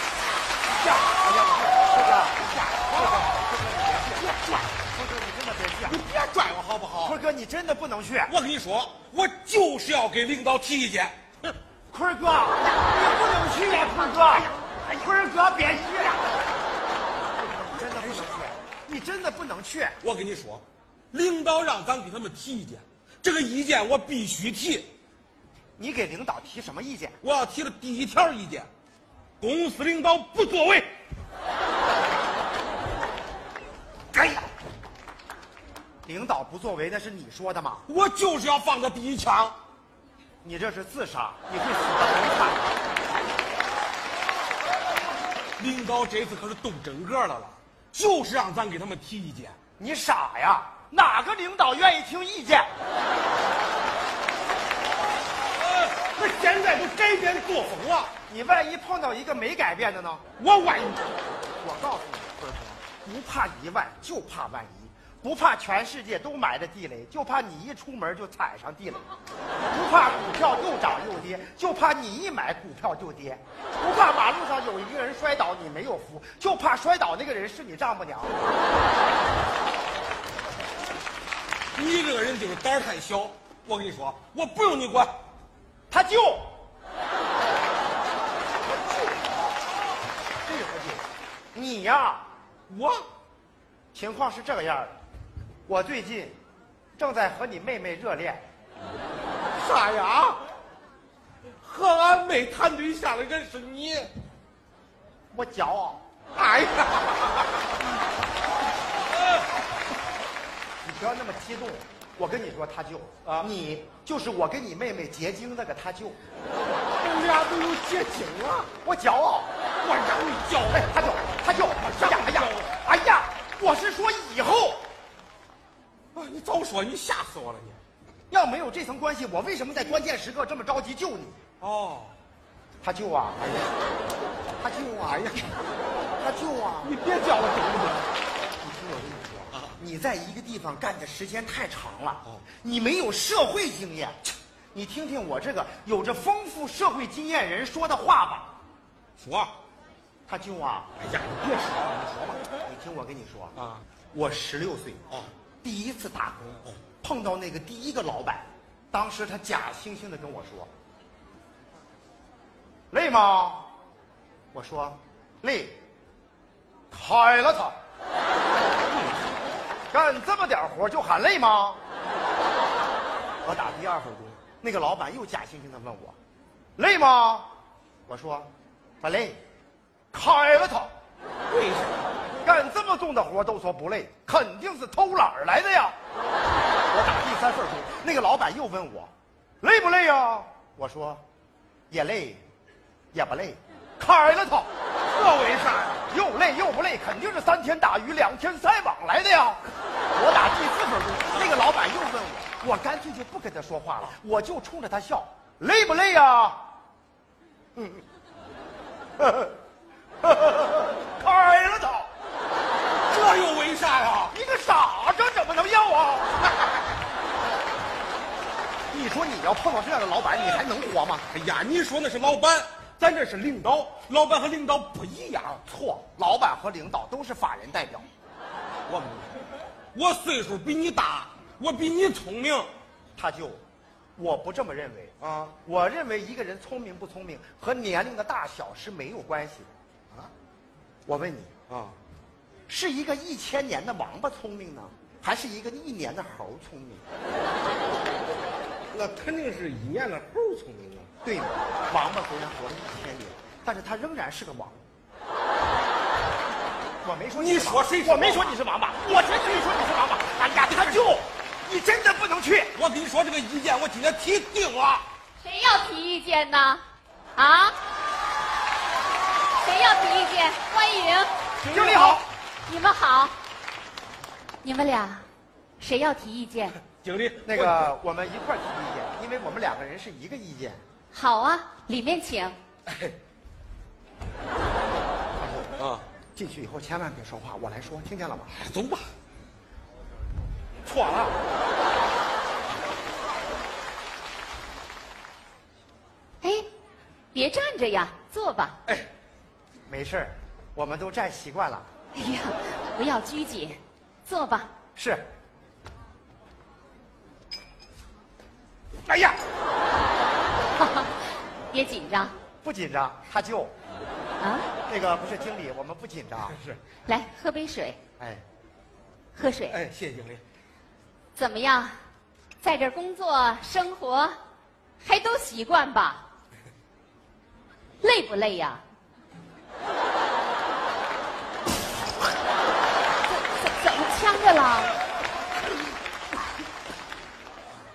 犟，哎呀，师哥，你别拽我好不好？坤哥，你真的不能去。我跟你说，我就是要给领导提意见。哼坤哥，你不能去呀，坤哥。坤哥，别去。真的不能去，你真的不能去。我跟你说，领导让咱给他们提意见，这个意见我必须提。你给领导提什么意见？我要提的第一条意见，公司领导不作为。哎呀，领导不作为，那是你说的吗？我就是要放他第一枪。你这是自杀，你会死得很惨。领导这次可是动真格了了，就是让咱给他们提意见。你傻呀？哪个领导愿意听意见？呃，那现在都改变作风了，你万一碰到一个没改变的呢？我万一我告诉你，坤哥，不怕一万，就怕万一；不怕全世界都埋着地雷，就怕你一出门就踩上地雷；不怕股票又涨又跌，就怕你一买股票就跌；不怕马路上有一个人摔倒你没有扶，就怕摔倒那个人是你丈母娘。你这个人就是胆儿太小。我跟你说，我不用你管，他舅，这有个舅，你呀、我情况是这个样儿的，我最近正在和你妹妹热恋。啥哎呀？和俺妹谈对象的人是你。我骄傲，哎呀， 你不要那么激动。我跟你说，他舅啊你就是我跟你妹妹结晶那个他舅。我俩都有结晶了，我骄傲，我让你叫哎，他舅，他舅，哎呀哎呀，哎呀，我是说以后啊！你早说，你吓死我了你。要没有这层关系，我为什么在关键时刻这么着急救你？哦，他舅啊，哎呀，他舅啊，哎呀，他舅啊，你别叫了行不行？你听我跟你说，啊，你在一个地方干的时间太长了，你没有社会经验。你听听我这个有着丰富社会经验人说的话吧。说，他舅啊，啊哎呀，你别说了，你说吧。你听我跟你说啊，我十六岁哦，第一次打工，哦碰到那个第一个老板，当时他假惺惺的跟我说：“累吗？”我说：“累。”开了他，干这么点活就喊累吗？我打第二份工，那个老板又假惺惺的问我：“累吗？”我说：“不累。”开了他。为什么？干这么重的活都说不累，肯定是偷懒儿来的呀。我打第三份工，那个老板又问我，累不累呀？我说，也累，也不累，开了他，这为啥呀？又累又不累，肯定是三天打鱼两天晒网来的呀。我打第四份工，那个老板又问我，我干脆就不跟他说话了，我就冲着他笑，累不累啊呀？嗯， 开了他。这又为啥呀？你个傻子怎么能要啊？ 你说你要碰到这样的老板，你还能活吗？哎呀，你说那是老板，咱这是领导。老板和领导不一样。错，老板和领导都是法人代表。我我岁数比你大，我比你聪明。他就，我不这么认为啊我认为一个人聪明不聪明和年龄的大小是没有关系的。啊，我问你，啊，是一个一千年的王八聪明呢，还是一个一年的猴聪明？那肯定是一年的猴聪明啊。对吗？王八虽然活了一千年，但是他仍然是个王。我没说你是说谁是啊王八我没说你是王八，我真的没说你是王八。哎呀，他就，你真的不能去。我跟你说，这个意见我今天提定了。谁要提意见呢？啊？谁要提意见？欢迎。经理好，你们好。你们俩，谁要提意见？经理，那个我们一块儿提意见，因为我们两个人是一个意见。好啊，里面请。我啊，进去以后千万别说话，我来说，听见了吗？走吧。错了，哎，别站着呀，坐吧。哎，没事儿，我们都站习惯了。哎呀，不要拘谨，坐吧。是。哎呀，别紧张不紧张，他就啊！那个不是经理，我们不紧张。是，来，喝杯水，哎喝水。哎，谢谢经理。怎么样，在这儿工作生活还都习惯吧？累不累呀？怎怎怎么呛着了？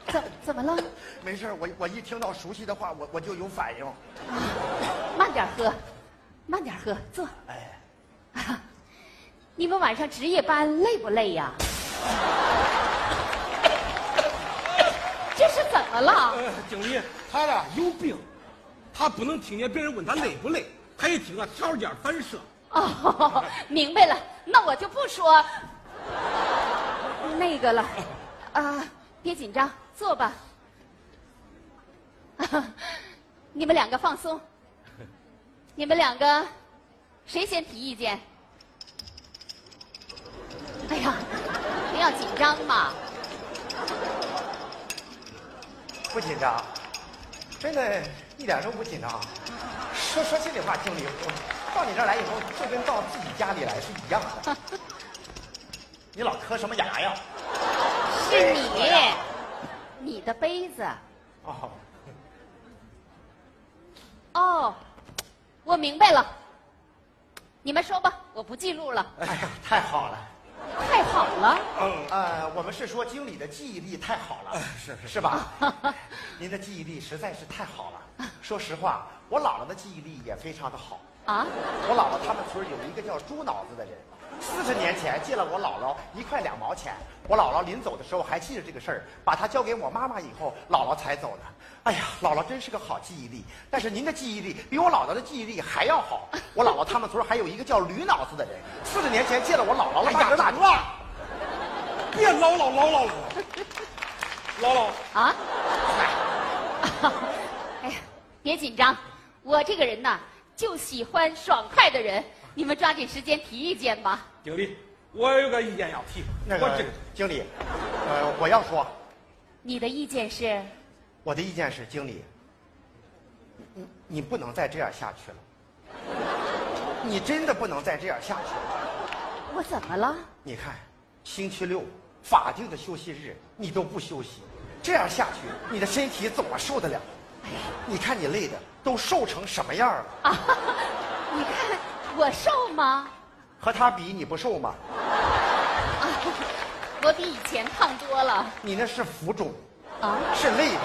怎怎么了？没事儿，我我一听到熟悉的话，我我就有反应。慢点喝，慢点喝，坐。哎，你们晚上值夜班累不累呀？这是怎么了？呃，经理，他呀有病，他不能听见别人问他累不累，他一听啊条件反射。哦，明白了，那我就不说那个了。啊，别紧张，坐吧。 你们两个放松。你们两个，谁先提意见？哎呀，不要紧张嘛。不紧张，真的，一点都不紧张。说说心里话，经理，我到你这儿来以后，就跟到自己家里来是一样 的。你老磕什么牙呀？是你，你的杯子。哦，哦，我明白了。你们说吧，我不记录了。哎呀，太好了。太好了，嗯，呃，我们是说经理的记忆力太好了，是是 吧？您的记忆力实在是太好了。说实话，我姥姥的记忆力也非常的好。啊，我姥姥他们村儿有一个叫猪脑子的人，四十年前借了我姥姥一块两毛钱，我姥姥临走的时候还记着这个事儿，把它交给我妈妈以后，姥姥才走的。哎呀，姥姥真是个好记忆力，但是您的记忆力比我姥姥的记忆力还要好。我姥姥他们村儿还有一个叫驴脑子的人，四十年前借了我姥姥了哎半呀，根大蜡哥烛。，别唠唠唠唠了，唠唠。啊， 哎呀，别紧张，我这个人呐，就喜欢爽快的人。你们抓紧时间提意见吧。经理，我有个意见要提，那我个这个经理，呃，我要说，你的意见是？我的意见是，经理，你你不能再这样下去了，你真的不能再这样下去了。我怎么了？你看，星期六法定的休息日你都不休息，这样下去你的身体怎么受得了？你看你累的都瘦成什么样了？啊， 你看我瘦吗？和他比你不瘦吗？啊，我比以前胖多了。你那是浮肿，啊。是累的。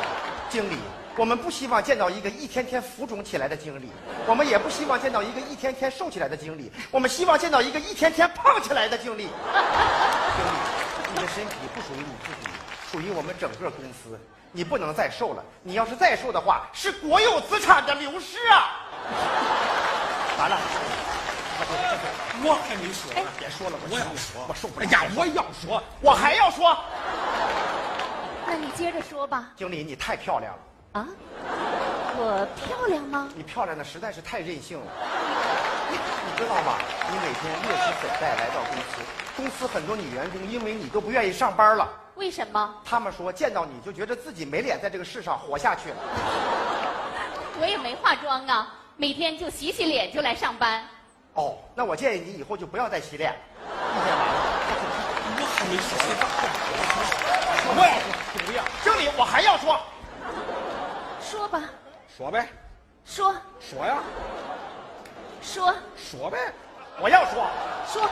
经理，我们不希望见到一个一天天浮肿起来的经理，我们也不希望见到一个一天天瘦起来的经理，我们希望见到一个一天天胖起来的经理。经理，你的身体不属于你自己，属于我们整个公司，你不能再瘦了。你要是再瘦的话，是国有资产的流失啊！完了，哎我还没说呢，别说了，哎我我要说，我受不哎了。呀，我要说，我还要说，那你接着说吧。经理，你太漂亮了。啊，我漂亮吗？你漂亮的实在是太任性了，你知道吗？你每天劣势等待来到公司，公司很多女员工因为你都不愿意上班了，为什么？他们说见到你就觉得自己没脸在这个世上活下去了。我也没化妆啊，每天就洗洗脸就来上班。哦，那我建议你以后就不要再洗脸了，意见完了。我还没说呢，我怎么样？经理，我还要说，说吧，说呗，说说呀，说说呗，我要说，说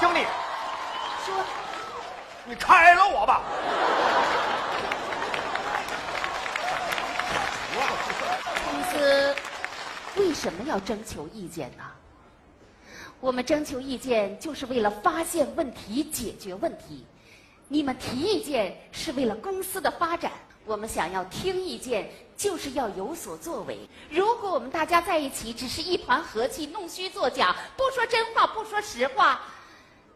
经理，说，你开了我吧。公司为什么要征求意见呢？我们征求意见就是为了发现问题、解决问题。你们提意见是为了公司的发展，我们想要听意见，就是要有所作为。如果我们大家在一起只是一团和气、弄虚作假，不说真话，不说实话，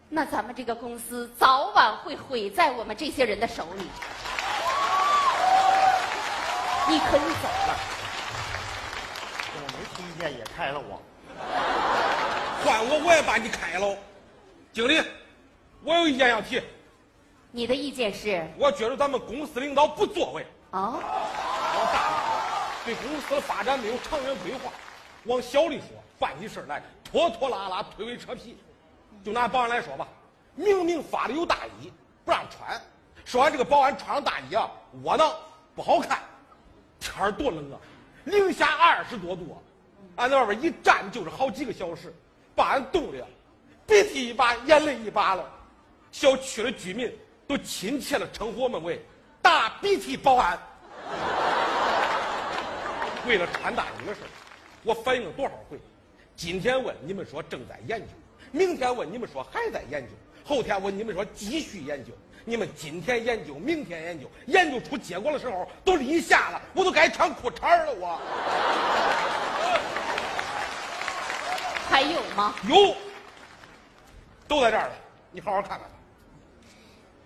那咱们这个公司早晚会毁在我们这些人的手里。你可以走了。我没提意见也开了我，换我我也把你开了。经理，我有意见要提，你的意见是？我觉得咱们公司领导不作为，哦，往大里说，对公司的发展没有长远规划；往小里说，办起事儿来拖拖拉拉、推诿扯皮。就拿保安来说吧，明明法里有大衣不让穿，说完这个保安穿上大衣啊，窝囊不好看。天儿多冷啊，零下二十多度啊，俺在外边一站就是好几个小时，把俺冻的呀，鼻涕一把眼泪一把了。小区的居民都亲切的称呼我们为“大鼻涕保安”。为了传达你的事儿，我反映了多少回？今天问你们说正在研究，明天问你们说还在研究，后天问你们说继续研究。你们今天研究，明天研究，研究出结果的时候都立夏了，我都该穿裤衩儿了。我还有吗？有，都在这儿了，你好好看看吧。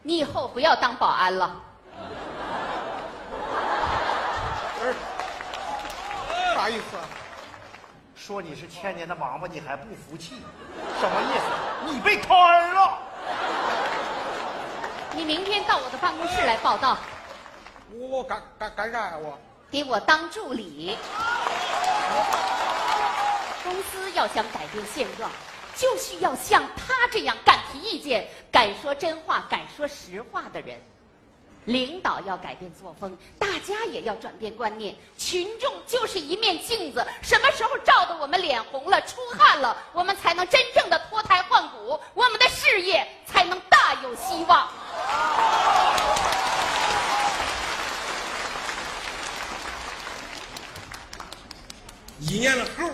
你以后不要当保安了。啥意思啊？说你是千年的王八，你还不服气，什么意思？你被坑了。你明天到我的办公室来报道，我我干干干啥呀、啊我给我当助理。公司要想改变现状，就需要像他这样敢提意见、敢说真话、敢说实话的人。领导要改变作风，大家也要转变观念。群众就是一面镜子，什么时候照得我们脸红了、出汗了，我们才能真正的脱胎换骨，我们的事业才能大有希望。一年了头，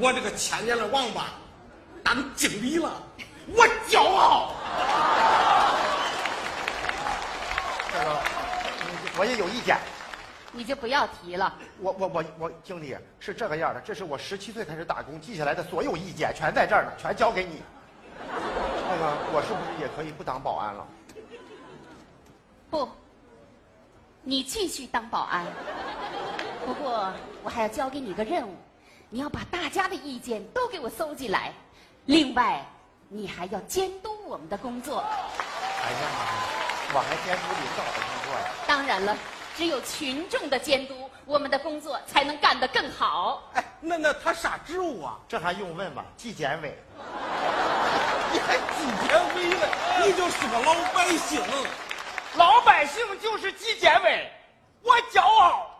我这个千年的王八当经理了，我骄傲。这个，嗯我也有意见。你就不要提了。我我我我，经理是这个样的，这是我十七岁开始打工记下来的所有意见，全在这儿呢，全交给你。那个，我是不是也可以不当保安了？不，你继续当保安。不过我还要交给你个任务，你要把大家的意见都给我搜集来。另外，你还要监督我们的工作。哎呀妈呀，我还监督领导的工作呀！当然了，只有群众的监督，我们的工作才能干得更好。哎，那那他啥职务啊？这还用问吗？纪检委，你还纪检委了？你就是个老百姓。老百姓就是纪检委，我骄傲。